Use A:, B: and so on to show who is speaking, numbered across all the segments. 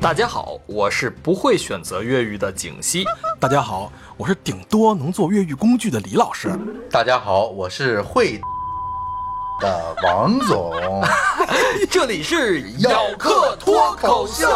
A: 大家好，我是不会选择越狱的景熙。
B: 大家好，我是顶多能做越狱工具的李老师。
C: 大家好，我是会的王 总。
A: 这里是咬客脱口秀。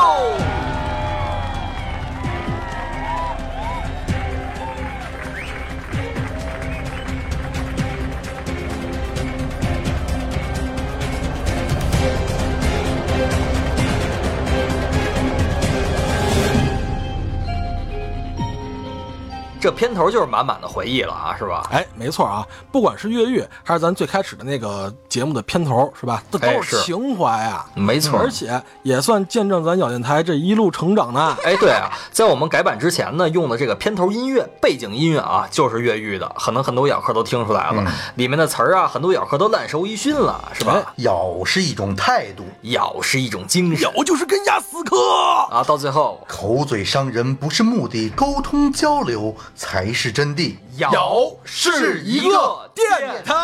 A: 这片头就是满满的回忆了啊，是吧？
B: 哎，没错啊，不管是越狱还是咱最开始的那个节目的片头，是吧？这
A: 哎
B: 都
A: 是
B: 情怀啊，
A: 没错
B: 而且也算见证咱咬电台这一路成长呢。
A: 哎，对啊，在我们改版之前呢，用的这个片头音乐、背景音乐啊，就是越狱的，可能很多咬客都听出来
B: 嗯
A: 了，里面的词儿啊，很多咬客都烂熟于心了，是
B: 哎
A: 吧？
C: 咬是一种态度，
A: 咬是一种精神
B: 我就是根压死磕。
A: 啊，到最后
C: 口嘴伤人不是目的，沟通交流才是真谛。
A: 咬是一个电台，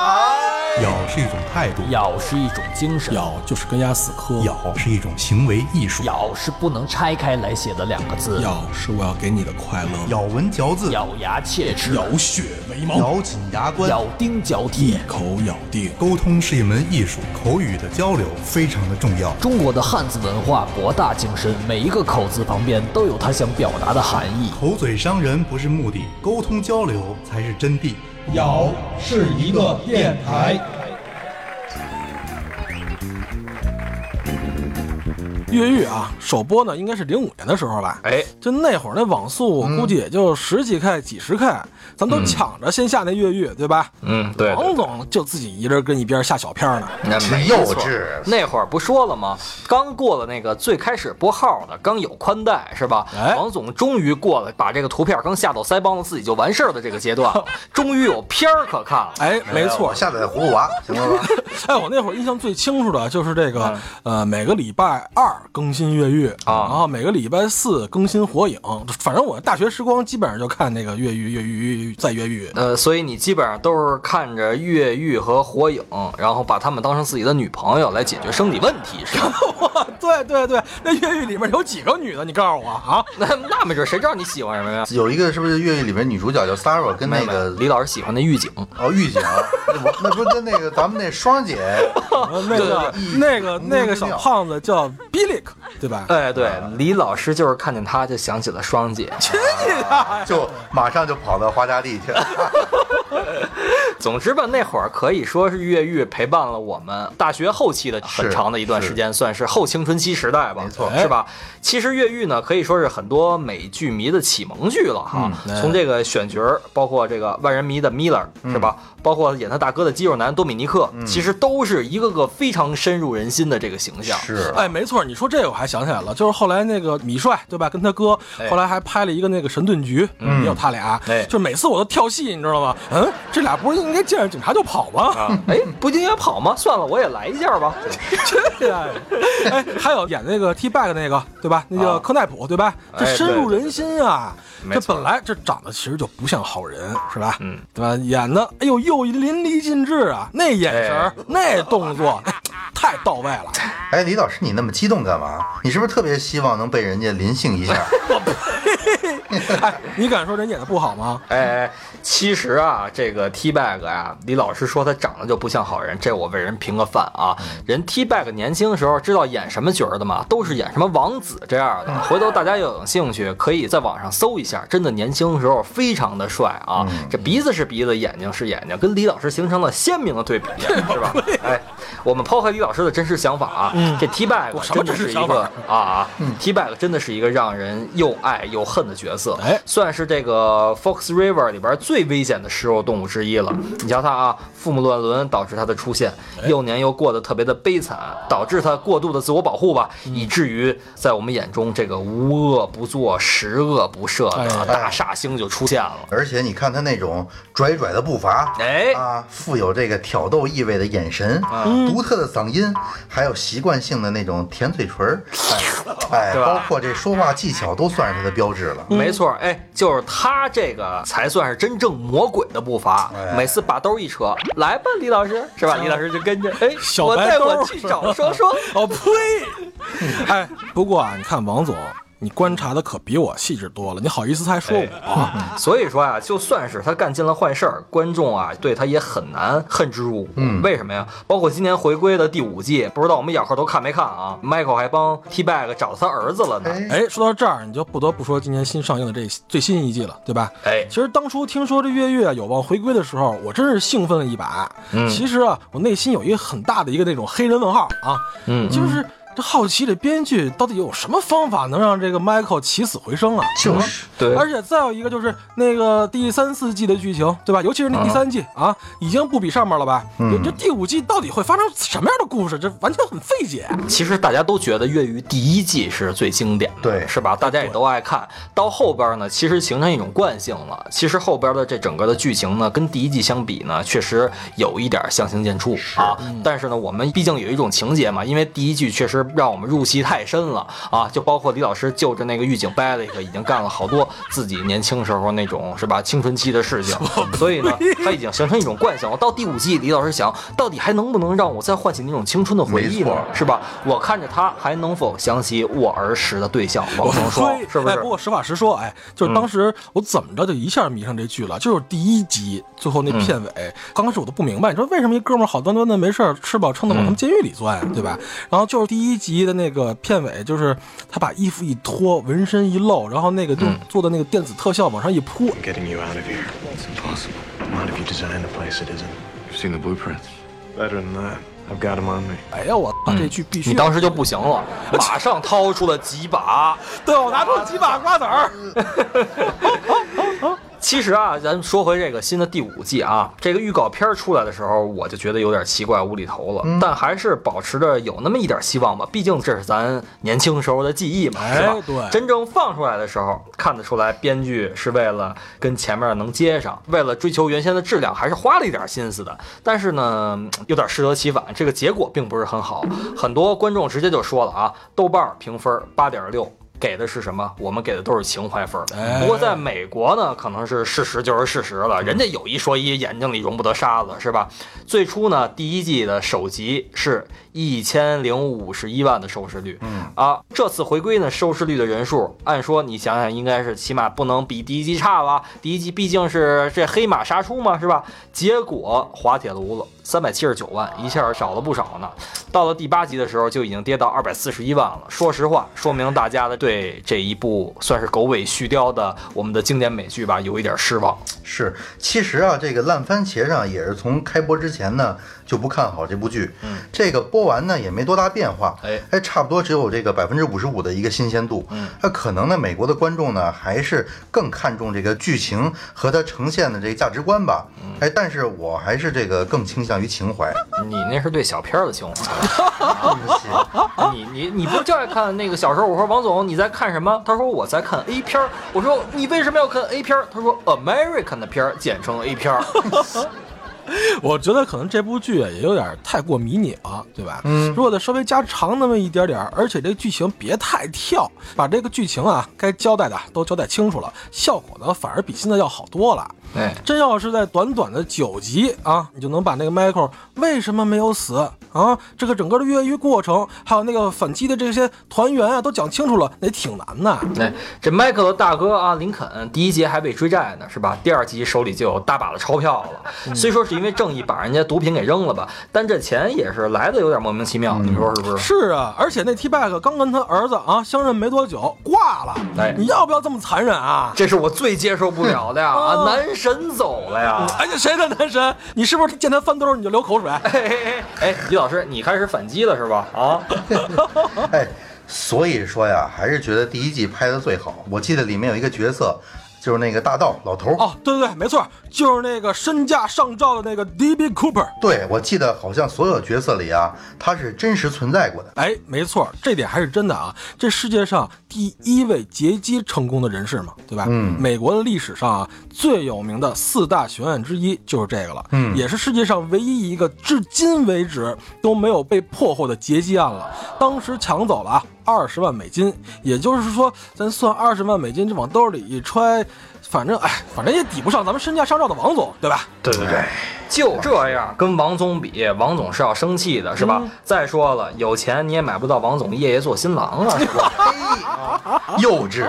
D: 咬是一种态度，
E: 咬是一种精神，
B: 咬就是根压死磕，
D: 咬是一种行为艺术。
E: 咬是不能拆开来写的两个字，
B: 咬是我要给你的快乐。
D: 咬文嚼字，
E: 咬牙切齿，
B: 咬血为毛，
D: 咬紧牙关。
E: 咬钉脚铁。
B: 口咬定。
D: 沟通是一门艺术，口语的交流非常的重要。
E: 中国的汉字文化博大精深，每一个口字旁边都有它想表达的含义。
D: 口嘴伤人不是目的，沟通交流才是真谛。
F: 咬是一个电台。
B: 越狱啊，首播呢应该是零五年的时候吧。
A: 哎，嗯
B: 就那会儿那网速估计也就十几 K、几十 K，咱们都抢着先下那越狱，对吧？
A: 嗯，对对
B: 王总就自己一人跟一边下小片儿呢。
A: 那
C: 真
A: 没
C: 幼
A: 错
C: 稚
A: 那会儿不说了吗？刚过了那个最开始拨号的，刚有宽带是吧？
B: 哎
A: 王总终于过了，把这个图片刚下到腮帮子自己就完事儿的这个阶段了，终于有片儿可看了。
B: 哎，没错
C: 我。下载葫芦娃，行了吧？
B: 哎，我那会儿印象最清楚的就是这个，呃，每个礼拜二更新越狱然后每个礼拜四更新火影。反正我大学时光基本上就看那个越狱、越狱、越狱再越狱。
A: 呃，所以你基本上都是看着越狱和火影，然后把他们当成自己的女朋友来解决生理问题，是吧？
B: 哇， 对对对，那越狱里面有几个女的？你告诉我啊！
A: 那那没准谁知道你喜欢什么呀？
C: 有一个是不是越狱里面女主角叫 Sara，跟那
A: 妹妹
C: 个
A: 李老师喜欢的狱警，
C: 哦狱警，那不 那不是跟那个咱们那双 姐
B: 那个那个那个小胖子叫 Bilic，对吧？
A: 哎，对，李老师就是看见他就想起了双姐。
C: 就马上就跑到花家地 去了。
A: 总之吧，那会儿可以说是越狱陪伴了我们大学后期的很长的一段时间，算是后青春期时代吧，
C: 没错
A: 是吧？其实越狱呢，可以说是很多美剧迷的启蒙剧了哈。
C: 嗯哎
A: 从这个选角儿，包括这个万人迷的 Miller、是吧？包括演他大哥的肌肉男多米尼克，
C: 嗯
A: 其实都是一个个非常深入人心的这个形象。
C: 是
B: 哎，没错，你说这个我还想起来了，就是后来那个米帅对吧，跟他哥
A: 哎
B: 后来还拍了一个那个神盾局，也有他俩，
A: 哎
B: 就是每次我都跳戏，你知道吗？嗯，这俩不是应该见着警察就跑吗？
A: 啊，哎，不就应该跑吗？算了，我也来一下吧。
B: 对呀，哎，还有演那个 T Bag 那个对吧？那叫
A: 啊
B: 科奈普对吧？这
A: 哎
B: 深入人心啊！
A: 对对对
B: 这
A: 没错
B: 本来这长得其实就不像好人是吧？
A: 嗯，
B: 对吧？演的哎呦又淋漓尽致啊，那眼神儿、
A: 哎
B: 那动作、哎太到位了。
C: 哎，李老师，你那么激动干嘛？你是不是特别希望能被人家临幸 一下？
B: 哎，你敢说人演的不好吗？
A: 哎，其实啊，这个 T Bag 呀、李老师说他长得就不像好人，这我为人平个反啊。人 T Bag 年轻的时候知道演什么角儿的吗？都是演什么王子这样
B: 嗯
A: 的。回头大家有兴趣，可以在网上搜一下，真的年轻的时候非常的帅
B: 嗯
A: 啊。 这鼻子是鼻子，眼睛是眼睛，跟李老师形成了鲜明的对比，是吧？哎，我们抛开李老师的真实想法啊，这 T Bag
B: 嗯我什么
A: 真的
B: 真实
A: 是一
B: 想法
A: 个啊、t
B: 嗯
A: Bag 真的是一个让人又爱又恨的角色，
B: 哎
A: 算是这个 Fox River 里边最危险的食肉动物之一了。你瞧它啊，父母乱伦导致它的出现，
B: 哎
A: 幼年又过得特别的悲惨，导致它过度的自我保护吧，
B: 嗯
A: 以至于在我们眼中这个无恶不作、十恶不赦的
B: 哎
A: 大煞星就出现了。
C: 而且你看他那种拽拽的步伐，
A: 哎嗯
C: 啊，富有这个挑逗意味的眼神，独特的嗓音，还有习惯性的那种舔嘴唇儿，哎，哎
A: 对吧
C: 包括这说话技巧都算是他的标志了。
B: 嗯
A: 没错，哎，就是他这个才算是真正魔鬼的步伐。
C: 哎
A: 每次把兜一扯，来吧，李老师，是吧？李老师就跟着，哎，
B: 小
A: 我
B: 白
A: 带
B: 兜
A: 我去找 双双。
B: 哦呸！哎，不过啊，你看王总，你观察的可比我细致多了，你好意思还说 我啊？
A: 所以说啊，就算是他干尽了坏事儿，观众啊对他也很难恨之入骨。嗯，为什么呀？包括今年回归的第五季，不知道我们咬客头看没看啊？Michael 还帮 T Bag 找他儿子了呢。
C: 哎
B: 哎，说到这儿，你就不得不说今年新上映的这最新一季了，对吧？
A: 哎
B: 其实当初听说这越狱啊有望回归的时候，我真是兴奋了一把。嗯，其实啊，我内心有一个很大的一个那种黑人问号啊，
A: 嗯
B: 就是这好奇这编剧到底有什么方法能让这个 Michael 起死回生啊？
C: 就是
A: 对，
B: 而且再有一个就是那个第三四季的剧情，对吧？尤其是那第三季啊，已经不比上面了吧？嗯、这第五季到底会发生什么样的故事？这完全很费解。
A: 其实大家都觉得《越狱》第一季是最经典的，
C: 对
A: 是吧？大家也都爱看。到后边呢，其实形成一种惯性了。其实后边的这整个的剧情呢，跟第一季相比呢，确实有一点相形见绌啊。但是呢，我们毕竟有一种情节嘛，因为第一季确实让我们入戏太深了啊。就包括李老师就着那个狱警 b a l i k 已经干了好多自己年轻时候那种是吧青春期的事情，所以呢，他已经形成一种惯性了。到第五季，李老师想到底还能不能让我再唤起那种青春的回忆呢
C: 没错？
A: 是吧？我看着他还能否想起我儿时的对象王双双，是嗯不
B: 哎，
A: 是
B: 不？过实话实说，哎，就是当时我怎么着就一下迷上这剧了，就是第一集最后那片尾，
A: 嗯
B: 刚开始我都不明白，你说为什么一哥们儿好端端的没事儿吃饱撑的往他们监狱里钻，
A: 嗯
B: 对吧？然后就是第一集的那个片尾，就是他把衣服一脱，纹身一露，然后那个就
A: 嗯
B: 做的那个电子特效往上一扑，
G: Getting you out of here. It's impossible. Not if you design the place it isn't. You've seen the blueprints. Better than that. I've got them on me.
B: 哎呀我操，这剧必
A: 嗯
B: 须
A: 你当时就不行了，马上掏出了几把，
B: 对我拿出几把瓜子儿，
A: 其实啊，咱说回这个新的第五季啊，这个预告片出来的时候，我就觉得有点奇怪无厘头了，
B: 嗯
A: 但还是保持着有那么一点希望吧，毕竟这是咱年轻时候的记忆嘛，
B: 哎
A: 是吧？
B: 对
A: 真正放出来的时候，看得出来编剧是为了跟前面能接上，为了追求原先的质量，还是花了一点心思的。但是呢，嗯有点适得其反，这个结果并不是很好。很多观众直接就说了啊，豆瓣评分八点六。给的是什么？我们给的都是情怀分儿。不过在美国呢，可能是事实就是事实了，人家有一说一，眼睛里容不得沙子，是吧？最初呢，第一季的首集是一千零五十一万的收视率，嗯啊，这次回归呢，收视率的人数，按说你想想，应该是起码不能比第一季差吧？第一季毕竟是这黑马杀出嘛，是吧？结果滑铁卢了。三百七十九万，一下少了不少呢。到了第八集的时候，就已经跌到二百四十一万了。说实话，说明大家的对这一部算是狗尾续貂的我们的经典美剧吧，有一点失望。
C: 是，其实啊，这个烂番茄上也是从开播之前呢就不看好这部剧，嗯，这个播完呢也没多大变化，
A: 哎
C: 哎，差不多只有这个百分之五十五的一个新鲜度，嗯，那可能呢美国的观众呢还是更看重这个剧情和它呈现的这个价值观吧，哎，但是我还是这个更倾向于情 怀，
A: 你那是对小片儿的情怀。
C: 对不起，
A: 你你你不就爱看那个小时候？我说王总你在看什么？他说我在看 A 片儿。我说你为什么要看 A 片儿？他说 American 的片儿，简称 A 片儿。
B: 我觉得可能这部剧也有点太过迷你了，对吧？嗯，如果再稍微加长那么一点点儿，而且这剧情别太跳，把这个剧情啊该交代的都交代清楚了，效果呢反而比现在要好多了。
A: 哎，
B: 真要是在短短的九集啊，你就能把那个 Michael 为什么没有死啊，这个整个的越狱过程，还有那个反击的这些团员啊，都讲清楚了，那也挺难的。
A: 哎，这迈克的大哥啊，林肯第一集还被追债呢，是吧？第二集手里就有大把的钞票了。虽说是因为正义把人家毒品给扔了吧，但这钱也是来的有点莫名其妙，你说是不是？
B: 是啊，而且那 T Bag 刚跟他儿子啊相认没多久挂了，
A: 哎
B: 你要不要这么残忍啊？
A: 这是我最接受不了的呀！啊，男神走了 呀！
B: 哎，这谁的男神？你是不是见他翻兜儿你就流口水？
A: 哎哎哎哎，李老师，你开始反击了是吧？啊，
C: 哎，所以说呀，还是觉得第一季拍的最好。我记得里面有一个角色，就是那个大盗老头儿。
B: 哦，对对对，没错，就是那个身价上照的那个 D.B. Cooper。
C: 对，我记得好像所有角色里啊，他是真实存在过的。
B: 哎，没错，这点还是真的啊！这世界上第一位劫机成功的人士嘛，对吧？
C: 嗯
B: 美国的历史上啊，最有名的四大悬案之一就是这个了，
C: 嗯
B: 也是世界上唯一一个至今为止都没有被破获的劫机案了。当时抢走了啊二十万美金，也就是说，咱算二十万美金，就往兜里一揣，反正哎，反正也抵不上咱们身价上照的王总，对 吧？
A: 对对对，就这样，跟王总比，王总是要生气的，是吧？再说了，有钱你也买不到王总夜夜做新郎啊，是吧？
C: 幼稚。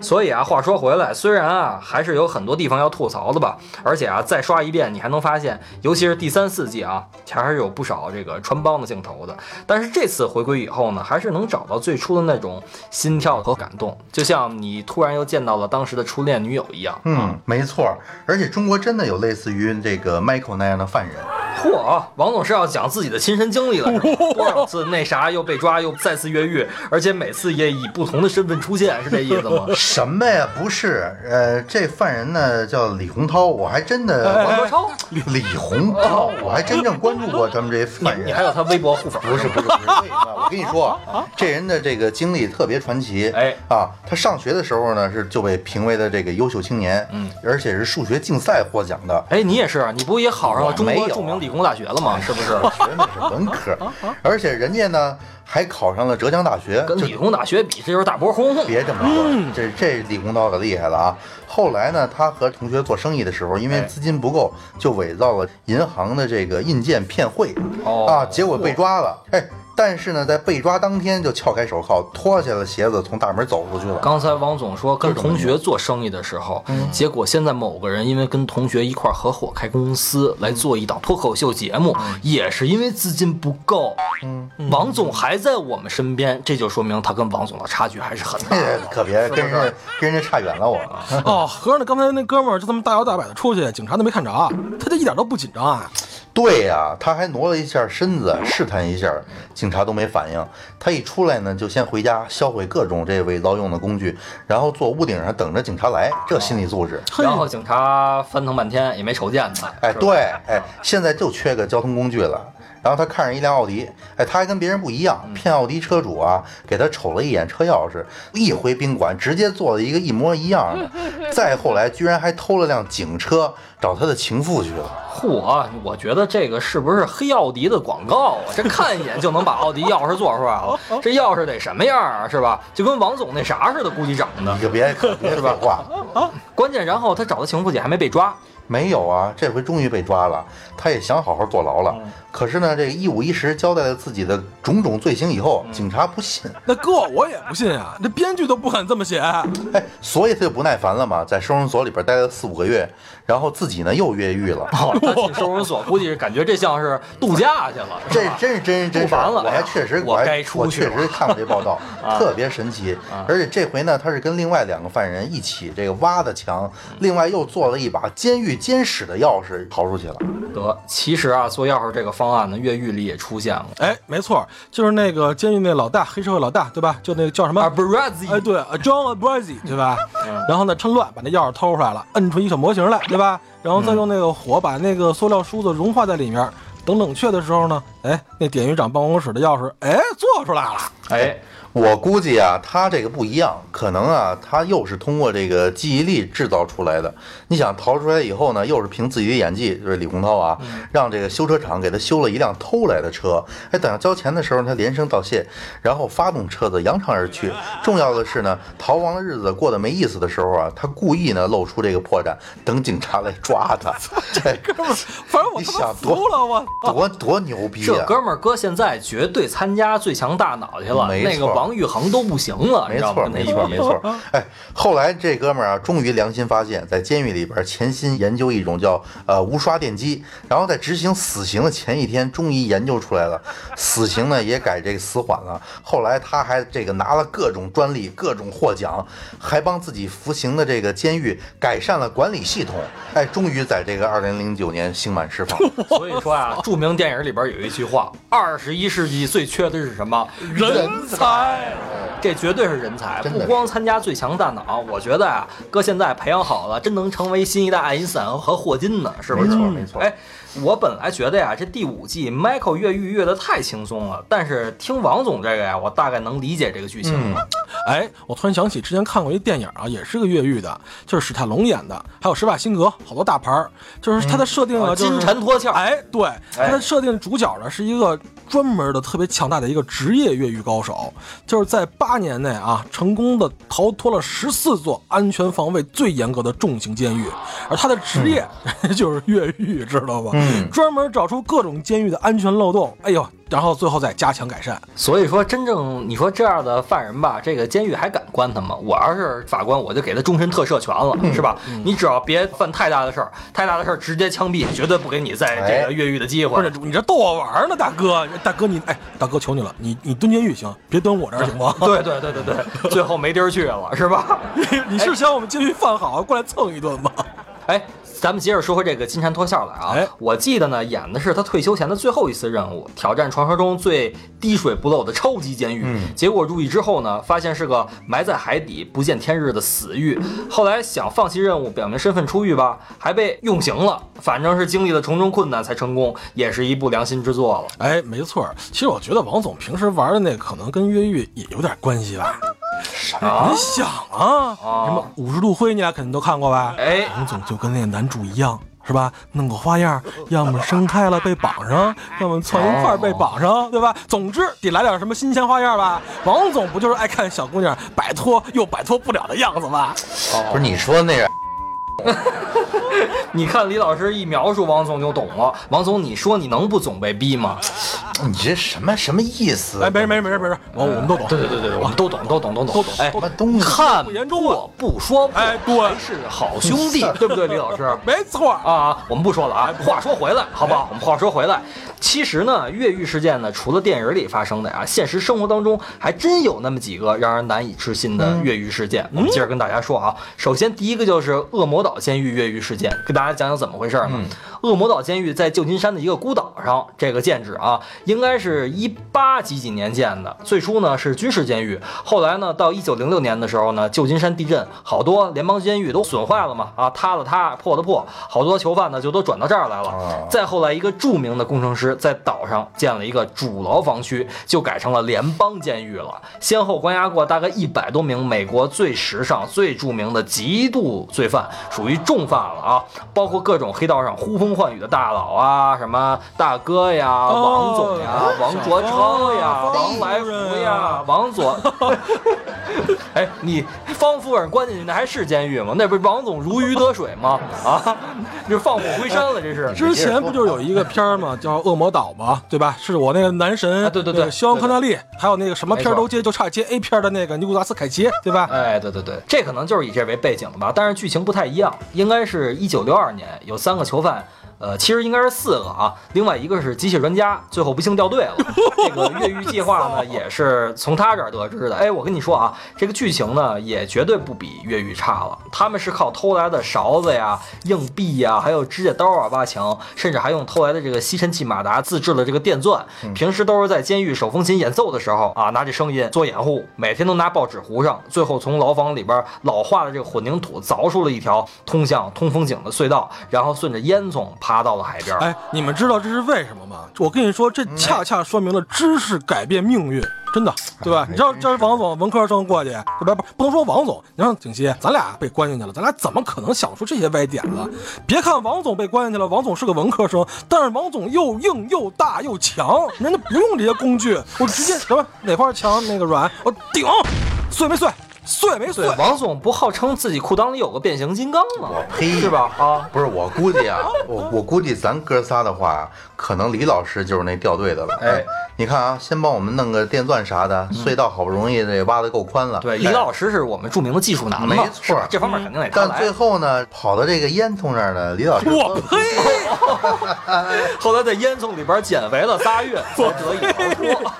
A: 所以啊，话说回来，虽然啊还是有很多地方要吐槽的吧，而且啊再刷一遍，你还能发现，尤其是第三四季啊，还是有不少这个穿帮的镜头的。但是这次回归以后呢，还是能找到最初的那种心跳和感动，就像你突然又见到了当时的初恋女友一样。
C: 嗯，没错儿，而且中国真的有类似于这个 Michael 那样的犯人，？
A: 嚯、啊王总是要讲自己的亲身经历了，是吧多少次那啥又被抓又再次越狱，而且每次也以不同的身份出现，是这意思吗
C: 什么呀？不是，呃，这犯人呢叫李洪涛，我还真
A: 王德
C: 的
A: 超，
C: 李洪涛，哎哦我还真正关注过他们这些犯
A: 你
C: 人
A: 还。有他微博互粉，
C: 不是不是不是，为什么我跟你说，这人的这个经历特别传奇。
A: 哎
C: 啊，他上学的时候呢是就被评为的这个优秀青年，嗯，而且是数学竞赛获奖的。
A: 哎，你也是，你不也考上了
C: 我
A: 中
C: 没
A: 国
C: 有啊
A: 著名理工大学了吗？是不是？
C: 学的是文科，而且人家呢还考上了浙江大 学，
A: 跟嗯
C: 就
A: 理工大学比，这就是大波轰。
C: 别这么说，这这李洪涛可厉害了啊！后来呢，他和同学做生意的时候，因为
A: 哎
C: 资金不够，就伪造了银行的这个印鉴骗汇，
A: 哦
C: 啊，结果被抓了。哎，但是呢，在被抓当天就撬开手铐，脱下了鞋子，从大门走出去了。
A: 刚才王总说跟同学做生意的时候，
C: 嗯
A: 结果现在某个人因为跟同学一块儿合伙开公司来做一档脱口秀节目，
C: 嗯
A: 也是因为资金不够，嗯王总还在我们身边，这就说明他跟王总的差距还是很大
C: 哎
A: 的。
C: 呀可别跟人家跟人家差远了我，
B: 哦，合着那刚才那哥们儿就这么大摇大摆的出去，警察都没看着啊，他这一点都不紧张啊。
C: 对呀、他还挪了一下身子试探一下，警察都没反应。他一出来呢，就先回家销毁各种这伪造用的工具，然后坐屋顶上等着警察来，这心理素质。
A: 然后警察翻腾半天也没瞅见他，
C: 哎，
A: 是吧
C: 对，哎，现在就缺个交通工具了。然后他看上一辆奥迪，哎，他还跟别人不一样，骗奥迪车主啊，给他瞅了一眼车钥匙，一回宾馆直接做了一个一模一样的。再后来，居然还偷了辆警车找他的情妇去了。
A: 嚯，我觉得这个是不是黑奥迪的广告啊？这 看一眼就能把奥迪钥匙做出来 了，这钥匙得什么样啊？是吧？就跟王总那啥似的，估计长的
C: 你。就别可别说话，
A: 关键，然后他找的情妇姐还没被抓，
C: 没有啊，这回终于被抓了，他也想好好坐牢
A: 嗯
C: 了。可是呢，这个一五一十交代了自己的种种罪行以后，
A: 嗯
C: 警察不信，
B: 那哥，我也不信啊，这编剧都不敢这么写。
C: 哎，所以他就不耐烦了嘛，在收容所里边待了四五个月，然后自己呢又越狱了。
A: 哦，他进收容所，估计是感觉这像是度假去了。
C: 这
A: 是吧
C: 真是真人真事
A: 不
C: 儿，
A: 烦了
C: 我还确实
A: 我
C: 还
A: 该出
C: 我
A: 去
C: 确
A: 了啊
C: 实看过这 报道，特别神奇。而且这回呢，他是跟另外两个犯人一起这个挖的墙，另外又做了一把监狱监室的钥匙逃出去了。
A: 得，其实啊，做钥匙这个方案呢，越狱里也出现了。
B: 哎，没错，就是那个监狱那老大，黑社会老大，对吧？就那个叫什么？
A: 啊 b r a z
B: 哎，
A: i
B: 对呃，John Abrazi，对吧？然后呢，趁乱把那钥匙偷出来了，摁出一小模型来，对吧？然后再用那个火把那个塑料梳子融化在里面。等冷却的时候呢，哎，那典狱长办公室的钥匙，哎，做出来了。
A: 哎，
C: 我估计啊，他这个不一样，可能啊，他又是通过这个记忆力制造出来的。你想逃出来以后呢，又是凭自己的演技，就是李洪涛啊，
B: 嗯
C: 让这个修车厂给他修了一辆偷来的车。哎，等要交钱的时候，他连声道谢，然后发动车子扬长而去。重要的是呢，逃亡的日子过得没意思的时候啊，他故意呢露出这个破绽，等 警察来抓他。哎
B: 哥们儿，反正我
C: 你
B: 他妈
C: 想
B: 服
C: 多
B: 了，我
C: 多多牛逼、啊！
A: 这
C: 啊
A: 这哥们儿搁现在绝对参加最强大脑去了，
C: 没错
A: 那个王昱珩都不行了，你
C: 没
A: 知道
C: 错，
A: 吗？
C: 没错，没错。哎，后来这哥们儿啊，终于良心发现，在监狱里边潜心研究一种叫呃无刷电击，然后在执行死刑的前一天，终于研究出来了，死刑呢也改这个死缓了。后来他还这个拿了各种专利、各种获奖，还帮自己服刑的这个监狱改善了管理系统。哎，终于在这个二零零九年刑满释放。
A: 所以说啊，著名电影里边有一句话：二十一世纪最缺的是什么？人才。这绝对是人才，
C: 真
A: 不
C: 的是
A: 光参加最强大脑，我觉得啊，搁现在培养好了，真能成为新一代爱因斯坦和霍金呢，是不是？
C: 没错没错
A: 哎，我本来觉得呀、这第五季 Michael 越狱越的太轻松了，但是听王总这个呀，我大概能理解这个剧情了。
C: 嗯
B: 哎，我突然想起之前看过一电影啊，也是个越狱的，就是史泰龙演的，还有施瓦辛格，好多大牌儿。就是它的设定
A: 啊
B: 呢，就是
A: 金蝉脱壳
B: 哎，对，它的设定主角呢是一个专门的特别强大的一个职业越狱高手，就是在八年内啊，成功的逃脱了十四座安全防卫最严格的重型监狱，而他的职业、 就是越狱，知道吧？嗯， 专门找出各种监狱的安全漏洞，哎呦，然后最后再加强改善。
A: 所以说，真正你说这样的犯人吧，这个监狱还敢关他吗？我要是法官，我就给他终身特赦权了，是吧？你只要别犯太大的事儿，太大的事儿直接枪毙，绝对不给你在这个越狱的机
B: 不
A: 会
B: 是。你这逗我玩儿呢，大哥，大哥你哎，大哥求你了，你你蹲监狱行，别蹲我这儿行 吗？
A: 对对对对对，最后没地儿去了，是吧？
B: 你是嫌我们监狱饭好，过来蹭一顿吗？
A: 哎，咱们接着说回这个金蝉脱壳来啊。
B: 哎
A: 我记得呢，演的是他退休前的最后一次任务，挑战传说中最滴水不漏的超级监狱。结果入狱之后呢，发现是个埋在海底不见天日的死狱。后来想放弃任务，表明身份出狱吧，还被用刑了。反正是经历了重重困难才成功，也是一部良心之作了。
B: 哎，没错儿，其实我觉得王总平时玩的那可能跟越狱也有点关系吧。
A: 啊
B: 你想啊，什么五十度灰，你俩肯定都看过吧？
A: 哎
B: 王总就跟那男主一样。是吧？弄个花样，要么生开了被绑上，要么窜一块儿被绑上，对吧？总之得来点什么新鲜花样吧。王总不就是爱看小姑娘摆脱又摆脱不了的样子吗？
C: 不是你说那个
A: 你看李老师一描述，王总就懂了。王总，你说你能不总被逼吗？
C: 你这什么什么意思？
B: 哎，没事没事没事没事，我我们都懂。
A: 对对对对对，我啊们都懂，都懂，都懂，都懂。哎
C: 什，么东西？
A: 看破不说破，
B: 哎对
A: 还是好兄弟，对不对，李老师？
B: 没错儿，
A: 啊，我们不说了哎啊。话说回来，好不好？我们话说回来，其实呢，越狱事件呢，除了电影里发生的啊，现实生活当中还真有那么几个让人难以置信的越狱事件。我们接着跟大家说啊，首先第一个就是恶魔岛监狱越狱事件，给大家讲讲怎么回事呢？恶魔岛监狱在旧金山的一个孤岛上，这个建制啊，应该是一八几几年建的。最初呢是军事监狱，后来呢到一九零六年的时候呢，旧金山地震，好多联邦监狱都损坏了嘛，啊塌了塌，破了破，好多囚犯呢就都转到这儿来了
C: 哦。
A: 再后来，一个著名的工程师在岛上建了一个主牢房区，就改成了联邦监狱了，先后关押过大概一百多名美国最时尚、最著名的极度罪犯，属于重犯了啊，包括各种黑道上呼风唤雨的大佬啊，什么大哥呀、王总呀、王卓超呀、
B: 哦
A: 王来福呀、王佐。哎，你方夫人关进去那还是监狱吗？那不是王总如鱼得水吗？啊， 这放虎归山了，这是。
B: 之前不就有一个片儿吗？叫《恶魔岛》吗？对吧？是我那个男神，
A: 啊对对对
B: 那个肖恩·康纳利，还有那个什么片儿都接，就差接 A 片儿的那个尼古拉斯·凯奇，对吧？
A: 哎，对对对，这可能就是以这为背景了吧，但是剧情不太一样，应该是一九六二年有三个囚犯。呃，其实应该是四个啊，另外一个是机械专家，最后不幸掉队了。这个越狱计划呢，也是从他这儿得知的。哎，我跟你说啊，这个剧情呢，也绝对不比越狱差了。他们是靠偷来的勺子呀、硬币呀，还有指甲刀啊挖墙，甚至还用偷来的这个吸尘器马达自制了这个电钻。
C: 嗯
A: 平时都是在监狱手风琴演奏的时候啊，拿这声音做掩护，每天都拿报纸糊上，最后从牢房里边老化的这个混凝土凿出了一条通向通风井的隧道，然后顺着烟囱爬到了海边。
B: 哎，你们知道这是为什么吗？我跟你说，这
A: 嗯
B: 恰恰说明了知识改变命运，真的，
A: 哎
B: 对吧？你知道这是王总文科生过去，不不不能说王总，你让景熙，咱俩被关进去了，咱俩怎么可能想出这些歪点子？别看王总被关进去了，王总是个文科生，但是王总又硬又大又强，人家不用这些工具，我直接什么哪块强哪个软，我顶，碎没碎？碎没碎
A: 对，？王总不号称自己裤裆里有个变形金刚吗？
C: 我呸，
A: 是吧？啊，
C: 不是，我估计啊，我我估计咱哥仨的话，可能李老师就是那掉队的了。哎，你看啊，先帮我们弄个电钻啥的，隧道好不容易这挖的够宽了。
A: 对，李老师是我们著名的技术男嘛，
C: 没错嗯
A: 是吧这方面肯定得他
C: 哎但
A: 来
C: 最。后呢，跑到这个烟囱那儿呢，李老师
A: 我呸！后来在烟囱里边减肥了仨 月，才得以逃脱。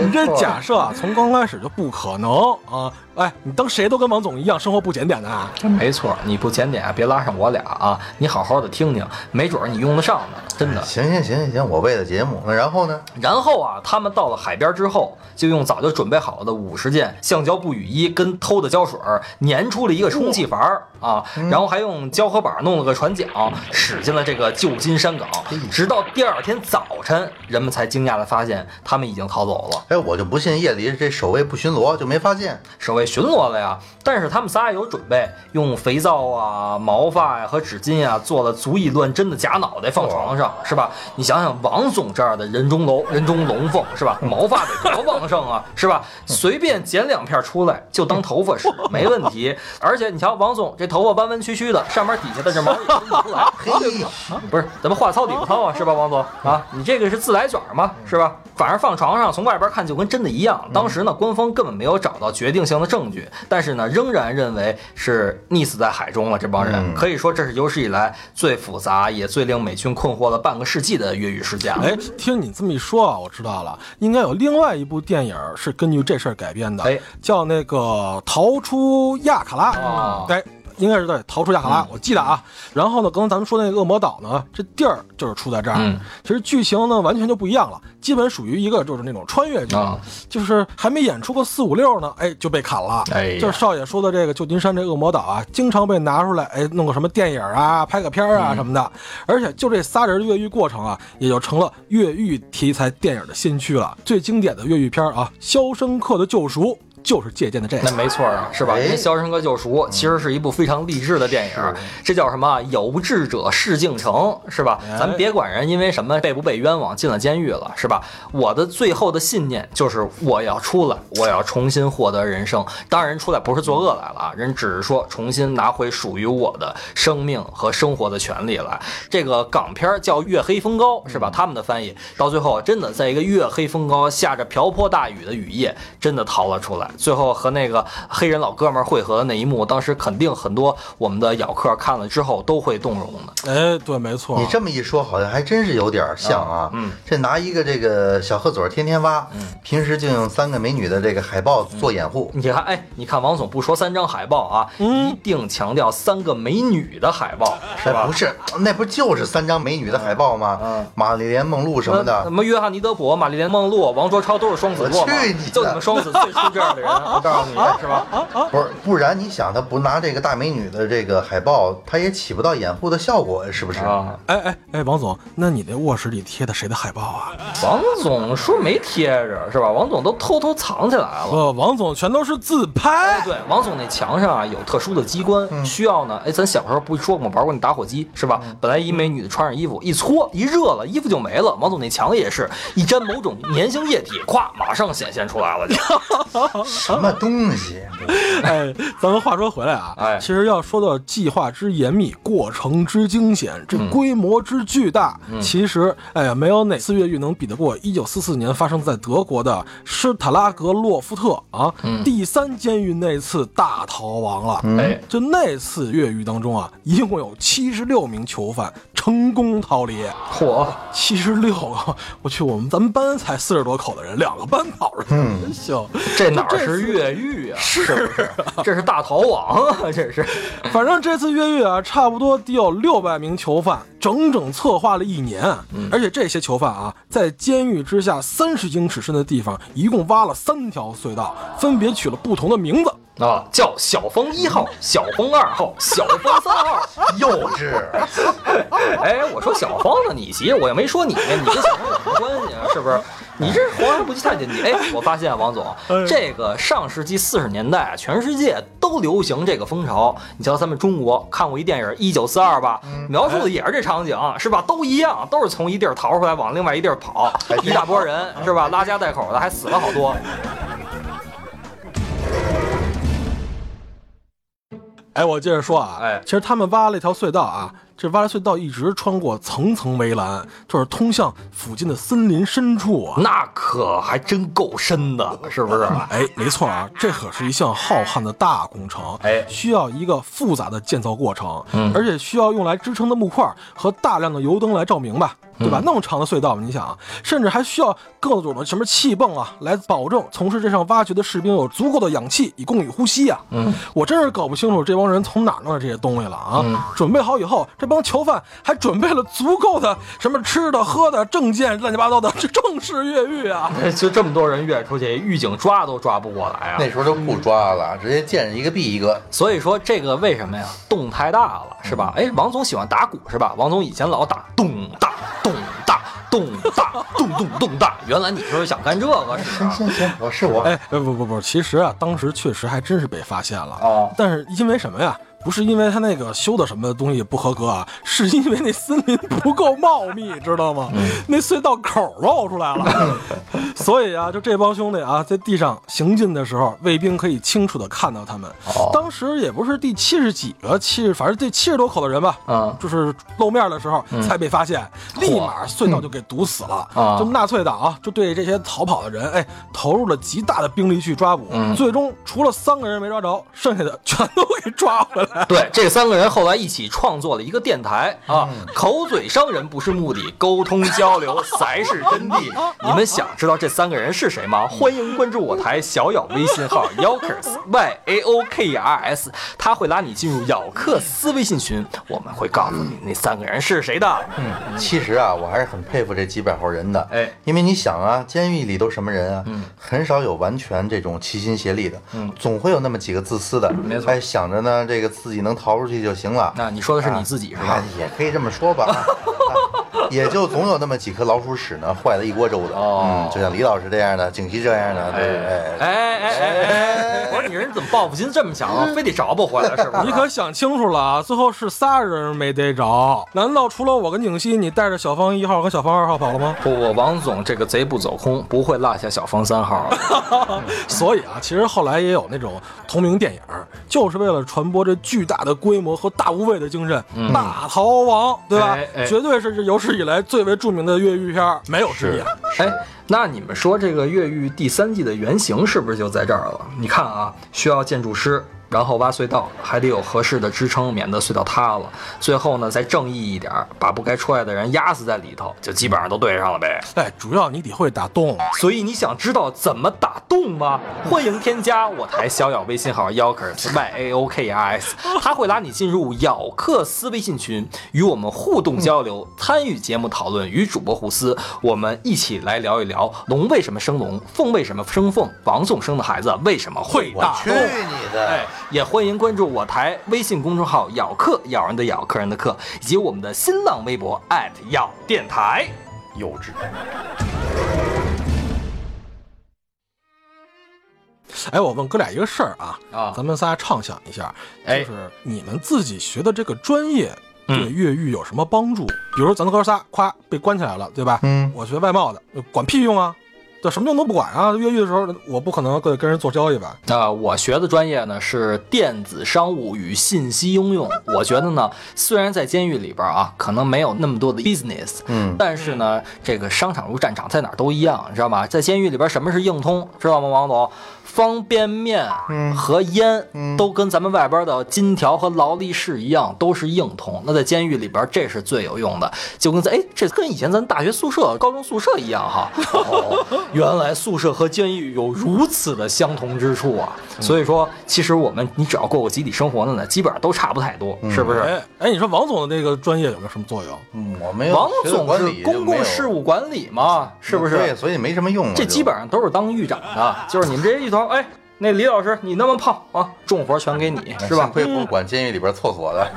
B: 你这假设啊，从刚开始就不可能啊！哎，你当谁都跟王总一样，生活不检点的啊？
A: 没错，你不检点，别拉上我俩啊！你好好的听听，没准儿你用得上呢，真的。
C: 行行行行行，我为了节目，那然后呢？
A: 然后啊，他们到了海边之后，就用早就准备好的五十件橡胶布雨衣跟偷的胶水儿粘出了一个充气阀儿啊，然后还用胶合板弄了个船桨，驶进了这个旧金山港。直到第二天早晨，人们才惊讶地发现他们已经逃走了，
C: 哎，我就不信夜里这守卫不巡逻就没发现。
A: 守卫巡逻了呀。但是他们仨有准备，用肥皂啊、毛发呀、和纸巾呀、做了足以乱真的假脑袋放床上，是吧？你想想王总这样的人中龙人中龙凤是吧？毛发得多旺盛啊，是吧？随便剪两片出来就当头发使，没问题。而且你瞧王总这头发弯弯曲曲的，上面底下的这毛也伸不出来，
C: 嘿，
A: 不是咱们话糙理不糙啊，是吧，王总啊？你这个是自来卷嘛，是吧？反正放床上，从外边看就跟真的一样。当时呢，官方根本没有找到决定性的证据，但是呢，仍然认为是溺死在海中了。这帮人可以说这是有史以来最复杂也最令美军困惑了半个世纪的越狱事件了。
B: 哎，听你这么一说啊，我知道了，应该有另外一部电影是根据这事儿改编的，
A: 哎
B: 叫那个《逃出亚卡拉》
A: 哦嗯
B: 哎。应该是对《逃出亚卡拉》，我记得啊。然后呢，刚才咱们说那个恶魔岛呢，这地儿就是出在这儿。
A: 嗯
B: 其实剧情呢完全就不一样了，基本属于一个就是那种穿越剧，
A: 啊
B: 就是还没演出个四五六呢，哎就被砍了。
A: 哎呀
B: 就是少爷说的这个旧金山这恶魔岛啊，经常被拿出来，哎，弄个什么电影啊，拍个片儿啊什么的。
C: 嗯
B: 而且就这仨人越狱过程啊，也就成了越狱题材电影的先驱了。最经典的越狱片儿啊，《肖申克的救赎》就是借鉴的这
A: 那
B: 个。
A: 没错啊，是吧？
C: 哎
A: 人家《肖申克救赎》其实是一部非常励志的电影，这叫什么啊？有志者事竟成，是吧？咱别管人因为什么被不被冤枉进了监狱了，是吧？我的最后的信念就是我要出来，我要重新获得人生。当然，出来不是作恶来了啊，人只是说重新拿回属于我的生命和生活的权利来。这个港片儿叫《月黑风高》，是
C: 嗯
A: 吧？他们的翻译到最后啊真的在一个月黑风高、下着瓢泼大雨的雨夜，真的逃了出来。最后和那个黑人老哥们儿会合的那一幕，当时肯定很多我们的咬客看了之后都会动容的。
B: 哎，对，没错。
C: 你这么一说，好像还真是有点像啊。嗯，这拿一个这个小鹤嘴儿天天挖，平时就用三个美女的这个海报做掩护。
A: 你看，哎，你看王总不说三张海报啊，
C: 嗯
A: 一定强调三个美女的海报，是
C: 哎，
A: 吧
C: 不？是，嗯那不就是三张美女的海报吗？玛丽莲梦露什么
A: 呃什
C: 的。
A: 么约翰尼德普、玛丽莲梦露、王卓超都是双子座嘛
C: 我去你的啊
A: 就你们双子最出这样的人，我告诉你，是吧？
C: 不是，不然你想，他不拿这个大美女的这个海报，他也起不到掩护的效果，是不是？
A: 啊，
B: 哎哎哎，王总，那你那卧室里贴的谁的海报啊？
A: 王总说没贴着是吧？王总都偷偷藏起来
C: 哦
A: 了。
B: 呃，王总全都是自拍。
A: 对，王总那墙上啊有特殊的机关，需要呢。哎，咱小时候不是说过吗？玩过那打火机是吧？本来一美女穿上衣服一搓一热了，衣服就没了。王总那墙也是一沾某种粘性液体，咵，马上显现出来了就。
C: 什么东西？
B: 哎，咱们话说回来啊，
A: 哎
B: 其实要说到计划之严密，过程之惊险，这
A: 嗯
B: 规模之巨大，其实哎呀，没有哪次越狱能比得过1944年发生在德国的施塔拉格洛夫特啊、
A: 嗯
B: 第三监狱那次大逃亡了。
A: 哎，
B: 就那次越狱当中啊，一共有七十六名囚犯成功逃离，
A: 嚯，
B: 七十六个！我去，我们咱们班才四十多口的人，两个班跑着，真行。
A: 嗯这哪是越狱啊？是不是？这是大逃亡啊！这是。
B: 反正这次越狱啊，差不多得有六百名囚犯，整整策划了一年。而且这些囚犯啊，在监狱之下三十英尺深的地方，一共挖了三条隧道，分别取了不同的名字。
A: 啊，叫小峰一号、小峰二号、小峰三号，
C: 幼稚。啊
A: 哎，我说小芳呢，你急，我又没说你，你跟小芳有什么关系啊？是不是？你这皇上不急太监急。哎，我发现王总，这个上世纪四十年代啊，全世界都流行这个风潮。你瞧，咱们中国看过一电影《一九四二》吧，描述的也是这场景，是吧？都一样，都是从一地儿逃出来，往另外一地儿跑，一大波人，是吧？拉家带口的，还死了好多。
B: 哎，我接着说啊，
A: 哎
B: 其实他们挖了一条隧道啊，这挖的隧道一直穿过层层围栏，就是通向附近的森林深处啊。
A: 那可还真够深的，是不是？
B: 哎，没错啊，这可是一项浩瀚的大工程，
A: 哎
B: 需要一个复杂的建造过程，而且需要用来支撑的木块和大量的油灯来照明吧，对吧？那么长的隧道，你想，啊，甚至还需要各种的什么气泵啊，来保证从事这项挖掘的士兵有足够的氧气以供以呼吸啊。嗯，我真是搞不清楚这帮人从哪儿弄的这些东西了啊！准备好以后，这帮囚犯还准备了足够的什么吃的、喝的、证件、乱七八糟的，这正式越狱啊！
A: 哎就这么多人越出去，狱警抓都抓不过来啊！
C: 那时候都不抓了，直接见一个毙一个。
A: 所以说这个为什么呀？洞太大了，是吧？哎，王总喜欢打鼓是吧？王总以前老打咚大咚大咚大咚咚咚大，原来你就是想干这个是吧？
C: 行行，我是我，
B: 哎，不不不，其实啊，当时确实还真是被发现了。
A: 哦
B: 但是因为什么呀？不是因为他那个修的什么东西不合格啊，是因为那森林不够茂密，知道吗？
A: 嗯
B: 那隧道口露出 来了，所以啊，就这帮兄弟啊，在地上行进的时候，卫兵可以清楚的看到他们。
A: 哦
B: 当时也不是第七十几个，七十反正这七十多口的人吧，
A: 嗯
B: 就是露面的时候才被发现，立马隧道就给堵死了。
A: 嗯啊
B: 就纳粹党啊，就对这些逃跑的人，哎，投入了极大的兵力去抓捕，最终除了三个人没抓着，剩下的全都给抓回来。
A: 对，这三个人后来一起创作了一个电台啊，口嘴伤人不是目的，沟通交流才是真谛。你们想知道这三个人是谁吗？欢迎关注我台小咬微信号 Yokers Y A O K E R S，他会拉你进入咬克斯微信群，我们会告诉你那三个人是谁的。
C: 其实啊，我还是很佩服这几百号人的。
A: 哎
C: 因为你想啊，监狱里都什么人啊？很少有完全这种齐心协力的，总会有那么几个自私的，嗯没错。哎，想着呢，这个自己能逃出去就行了。
A: 那你说的是你自己是吧
C: 啊？也可以这么说吧。啊啊也就总有那么几颗老鼠屎呢，坏了一锅粥的。
A: 哦
C: 嗯，就像李老师这样的，景熙这样的，对，哎
A: 哎哎哎哎哎！我说你人怎么报复心这么强啊？非得找不回来是吧？
B: 你可想清楚了啊！最后是仨人没逮着，难道除了我跟景熙，你带着小芳一号和小芳二号跑了吗？
A: 不不，王总这个贼不走空，不会落下小方三号。啊
B: 所以啊，其实后来也有那种同名电影，就是为了传播这巨大的规模和大无畏的精神，大逃亡》，对吧？
A: 哎哎
B: 绝对是这有史以来最为著名的越狱片儿，没有之一。啊
A: 哎，那你们说这个越狱第三季的原型是不是就在这儿了？你看啊，需要建筑师，然后挖隧道，还得有合适的支撑，免得隧道塌了。最后呢，再正义一点儿，把不该出来的人压死在里头，就基本上都对上了呗。
B: 哎，主要你得会打洞。
A: 所以你想知道怎么打洞吗？欢迎添加我台小咬微信号 yokers y a o k r s，他会拉你进入咬克斯微信群，与我们互动交流，参与节目讨论，与主播互撕。我们一起来聊一聊龙为什么生龙，凤为什么生凤，王总生的孩子为什么会
C: 我
A: 大
C: 去
A: 洞。
C: 你的！
A: 哎，也欢迎关注我台微信公众号“咬客”，咬人的咬，客人的客，以及我们的新浪微博咬电台。
C: 幼稚。
B: 哎，我问哥俩一个事儿啊，
A: 啊
B: 咱们仨畅想一下，
A: 哎嗯
B: 就是你们自己学的这个专业。对越狱有什么帮助？比如咱们哥仨夸被关起来了，对吧？
C: 嗯，
B: 我学外贸的，管屁用啊！对，什么用都不管啊！越狱的时候，我不可能跟跟人做交易吧？
A: 那呃我学的专业呢是电子商务与信息应用。我觉得呢，虽然在监狱里边啊，可能没有那么多的 business，
C: 嗯
A: 但是呢，这个商场如战场，在哪儿都一样，你知道吗？在监狱里边，什么是硬通，知道吗，王总？方便面
C: 嗯
A: 和烟都跟咱们外边的金条和劳力士一样，都是硬通。那在监狱里边，这是最有用的，就跟咱哎，这跟以前咱大学宿舍、高中宿舍一样 哈。哦，原来宿舍和监狱有如此的相同之处啊！
C: 嗯
A: 所以说，其实我们你只要过过集体生活的呢，基本上都差不太多，是不是？
B: 哎哎，你说王总的那个专业有没有什么作用？
C: 嗯，我没有
A: 王
C: 学过
A: 总
C: 管
A: 是
C: 理
A: 公
C: 就没
A: 共
C: 有
A: 事务管理嘛，是不
C: 对，
A: 是？
C: 所以没什么用啊。
A: 这
C: 就
A: 基本上都是当狱长的，就是你们这些狱头，哎，那李老师你那么胖啊，重活全给你，是吧嗯
C: 哎幸？亏不是管监狱里边厕 所的，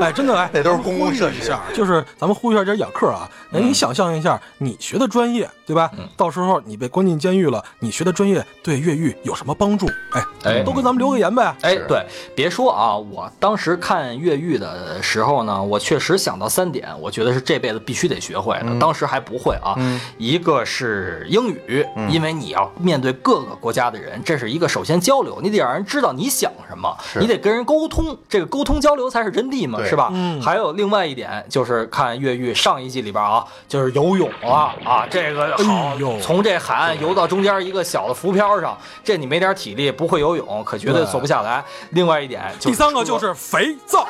B: 哎，真的哎，
C: 那都是公共设
B: 一
C: 施。
B: 下，就是咱们呼吁一下这养客啊，哎，
A: 嗯
B: 你想象一下，你学的专业，对吧？到时候你被关进监狱了，你学的专业对越狱有什么帮助？
A: 哎
B: 哎，都跟咱们留个言呗。
A: 哎
C: 是，
A: 对，别说啊，我当时看越狱的时候呢，我确实想到三点，我觉得是这辈子必须得学会
C: 嗯
A: 的，当时还不会啊。一个是英
C: 嗯
A: 语，因为你要面对各个国家的人，这是一个首先交流，你得让人知道你想什什么，你得跟人沟通，这个沟通交流才是真谛嘛，
C: 对
A: 是吧？
B: 嗯
A: 还有另外一点就是看越狱上一季里边啊，就是游泳啊啊，这个好
B: 哎呦，
A: 从这海岸游到中间一个小的浮漂上，这你没点体力不会游泳，可绝对
B: 对
A: 坐不下来。另外一点就是
B: 第三个
A: 车
B: 就是哦肥皂，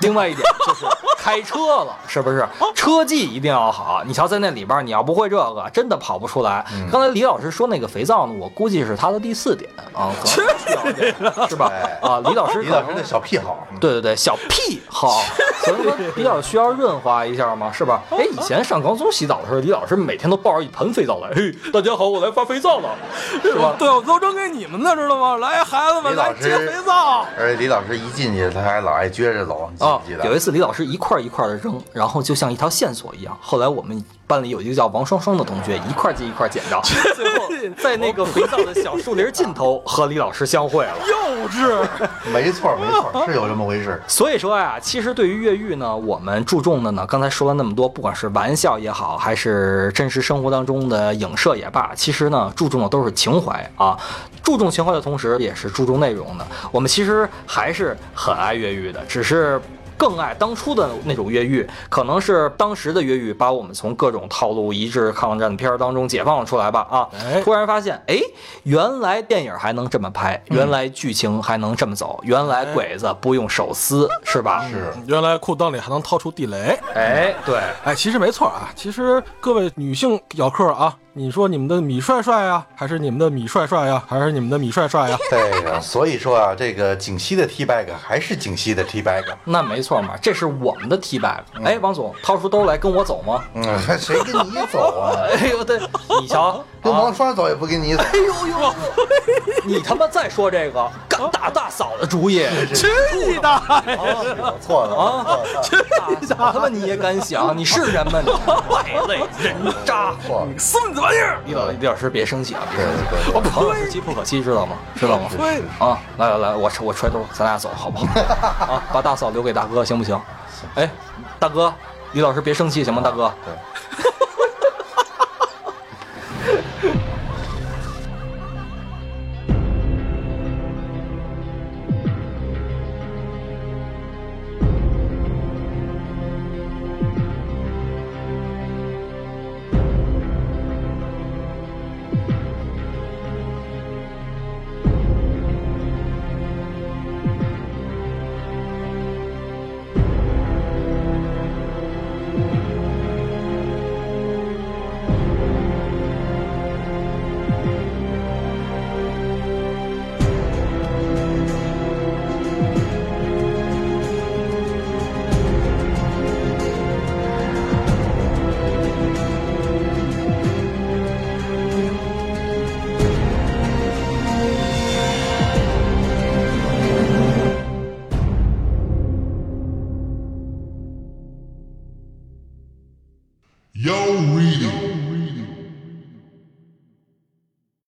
A: 另外一点就是开车了，是不是？
B: 哦
A: 车技一定要好。你瞧，在那里边儿，你要不会这个，真的跑不出来。
B: 嗯
A: 刚才李老师说那个肥皂呢，我估计是他的第四点啊，可能需要一点是吧？啊，李老师，
C: 李老师的小癖好，嗯
A: 对对对，小屁好，所以说比较需要润滑一下嘛，是吧？哎，以前上高中洗澡的时候，李老师每天都抱着一盆肥皂来，嘿，大家好，我来发肥皂了，是吧？
B: 对，我都扔给你们了，知道吗？来，孩子
C: 李
B: 们，来
C: 老
B: 接
C: 师
B: 肥皂。
C: 而且李老师一进去，他还老爱撅着走，你记
A: 啊
C: 不记得？，
A: 有一次李老师一块儿一块的扔，然后就像一条线索一样。后来我们班里有一个叫王双双的同学，一块儿接一块儿捡着，最后在那个肥皂的小树林尽头和李老师相会了。
B: 幼稚，
C: 没错没错，是有这么回事。
A: 所以说呀，其实对于越狱呢，我们注重的呢，刚才说了那么多，不管是玩笑也好，还是真实生活当中的影射也罢，其实呢，注重的都是情怀啊。注重情怀的同时，也是注重内容的。我们其实还是很爱越狱的，只是。更爱当初的那种越狱，可能是当时的越狱把我们从各种套路一致抗战片儿当中解放了出来吧啊！
B: 哎
A: 突然发现，哎，原来电影还能这么拍，原来剧情还能这么走，原来鬼子不用手撕，是吧？是，
B: 原来裤裆里还能掏出地雷。
A: 哎，对，
B: 哎，其实没错啊。其实各位女性咬客啊，你说你们的米帅帅呀，还是你们的米帅帅呀，还是你们的米帅帅啊呀？
C: 对 呀，所以说啊，这个景熙的 T bag 还是景熙的 T bag。
A: 那没错嘛，这是我们的 T bag。哎，王总，掏出兜来跟我走吗？
C: 嗯，还谁跟你走啊？
A: 哎呦，对，你瞧，哎
C: 跟
A: 啊
C: 王双走也不跟你走。
A: 你他妈再说这个，敢打大嫂的主意，
B: 去你的！
C: 我错了我错了，
A: 大嫂他妈你也敢想？你是人吗你？败类人渣！
C: 错了。
B: 孙子玩意儿！
A: 李老李老师别生气啊，别
C: 对
A: 生气。
C: 对对，
A: 我朋友是机不可欺，知道吗？知道吗？
B: 对，
A: 啊，来来来，我揣我揣兜，咱俩走好不好？啊，把大嫂留给大哥，行不行？哎，大哥，李老师别生气行吗？大哥，
H: Yo reading.